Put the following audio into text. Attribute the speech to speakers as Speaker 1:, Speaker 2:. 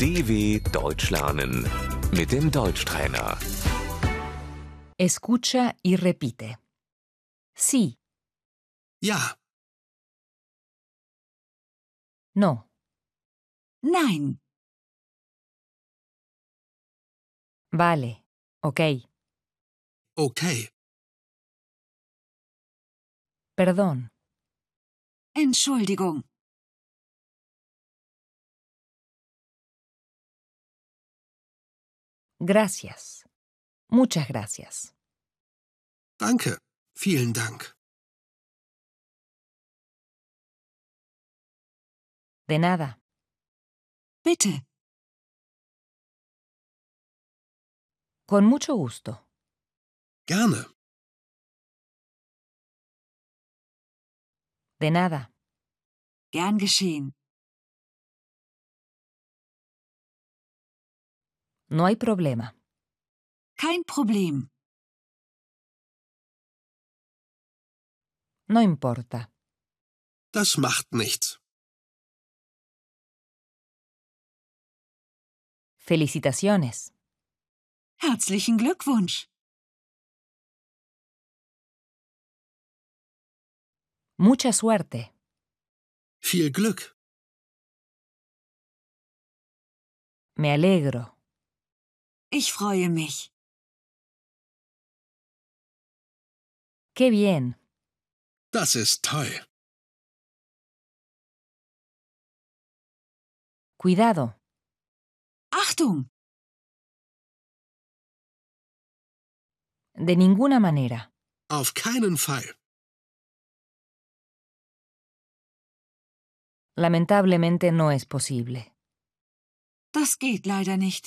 Speaker 1: DW Deutsch lernen mit dem Deutschtrainer.
Speaker 2: Escucha y repite. Sí,
Speaker 3: Ja,
Speaker 2: no,
Speaker 4: Nein,
Speaker 2: vale, ok,
Speaker 3: okay,
Speaker 2: perdón,
Speaker 4: Entschuldigung,
Speaker 2: gracias. Muchas gracias.
Speaker 3: danke, vielen Dank.
Speaker 2: De nada.
Speaker 4: bitte,
Speaker 2: Con mucho gusto.
Speaker 3: Gerne,
Speaker 2: De nada.
Speaker 4: gern geschehen.
Speaker 2: No hay problema.
Speaker 4: Kein Problem,
Speaker 2: No importa.
Speaker 3: das macht nichts.
Speaker 2: Felicitaciones.
Speaker 4: herzlichen Glückwunsch.
Speaker 2: Mucha suerte.
Speaker 3: Viel Glück,
Speaker 2: Me alegro.
Speaker 4: Ich freue mich.
Speaker 2: Qué bien.
Speaker 3: das ist toll.
Speaker 2: Cuidado.
Speaker 4: Achtung,
Speaker 2: De ninguna manera.
Speaker 3: Auf keinen Fall.
Speaker 2: Lamentablemente no es posible.
Speaker 4: das geht leider nicht.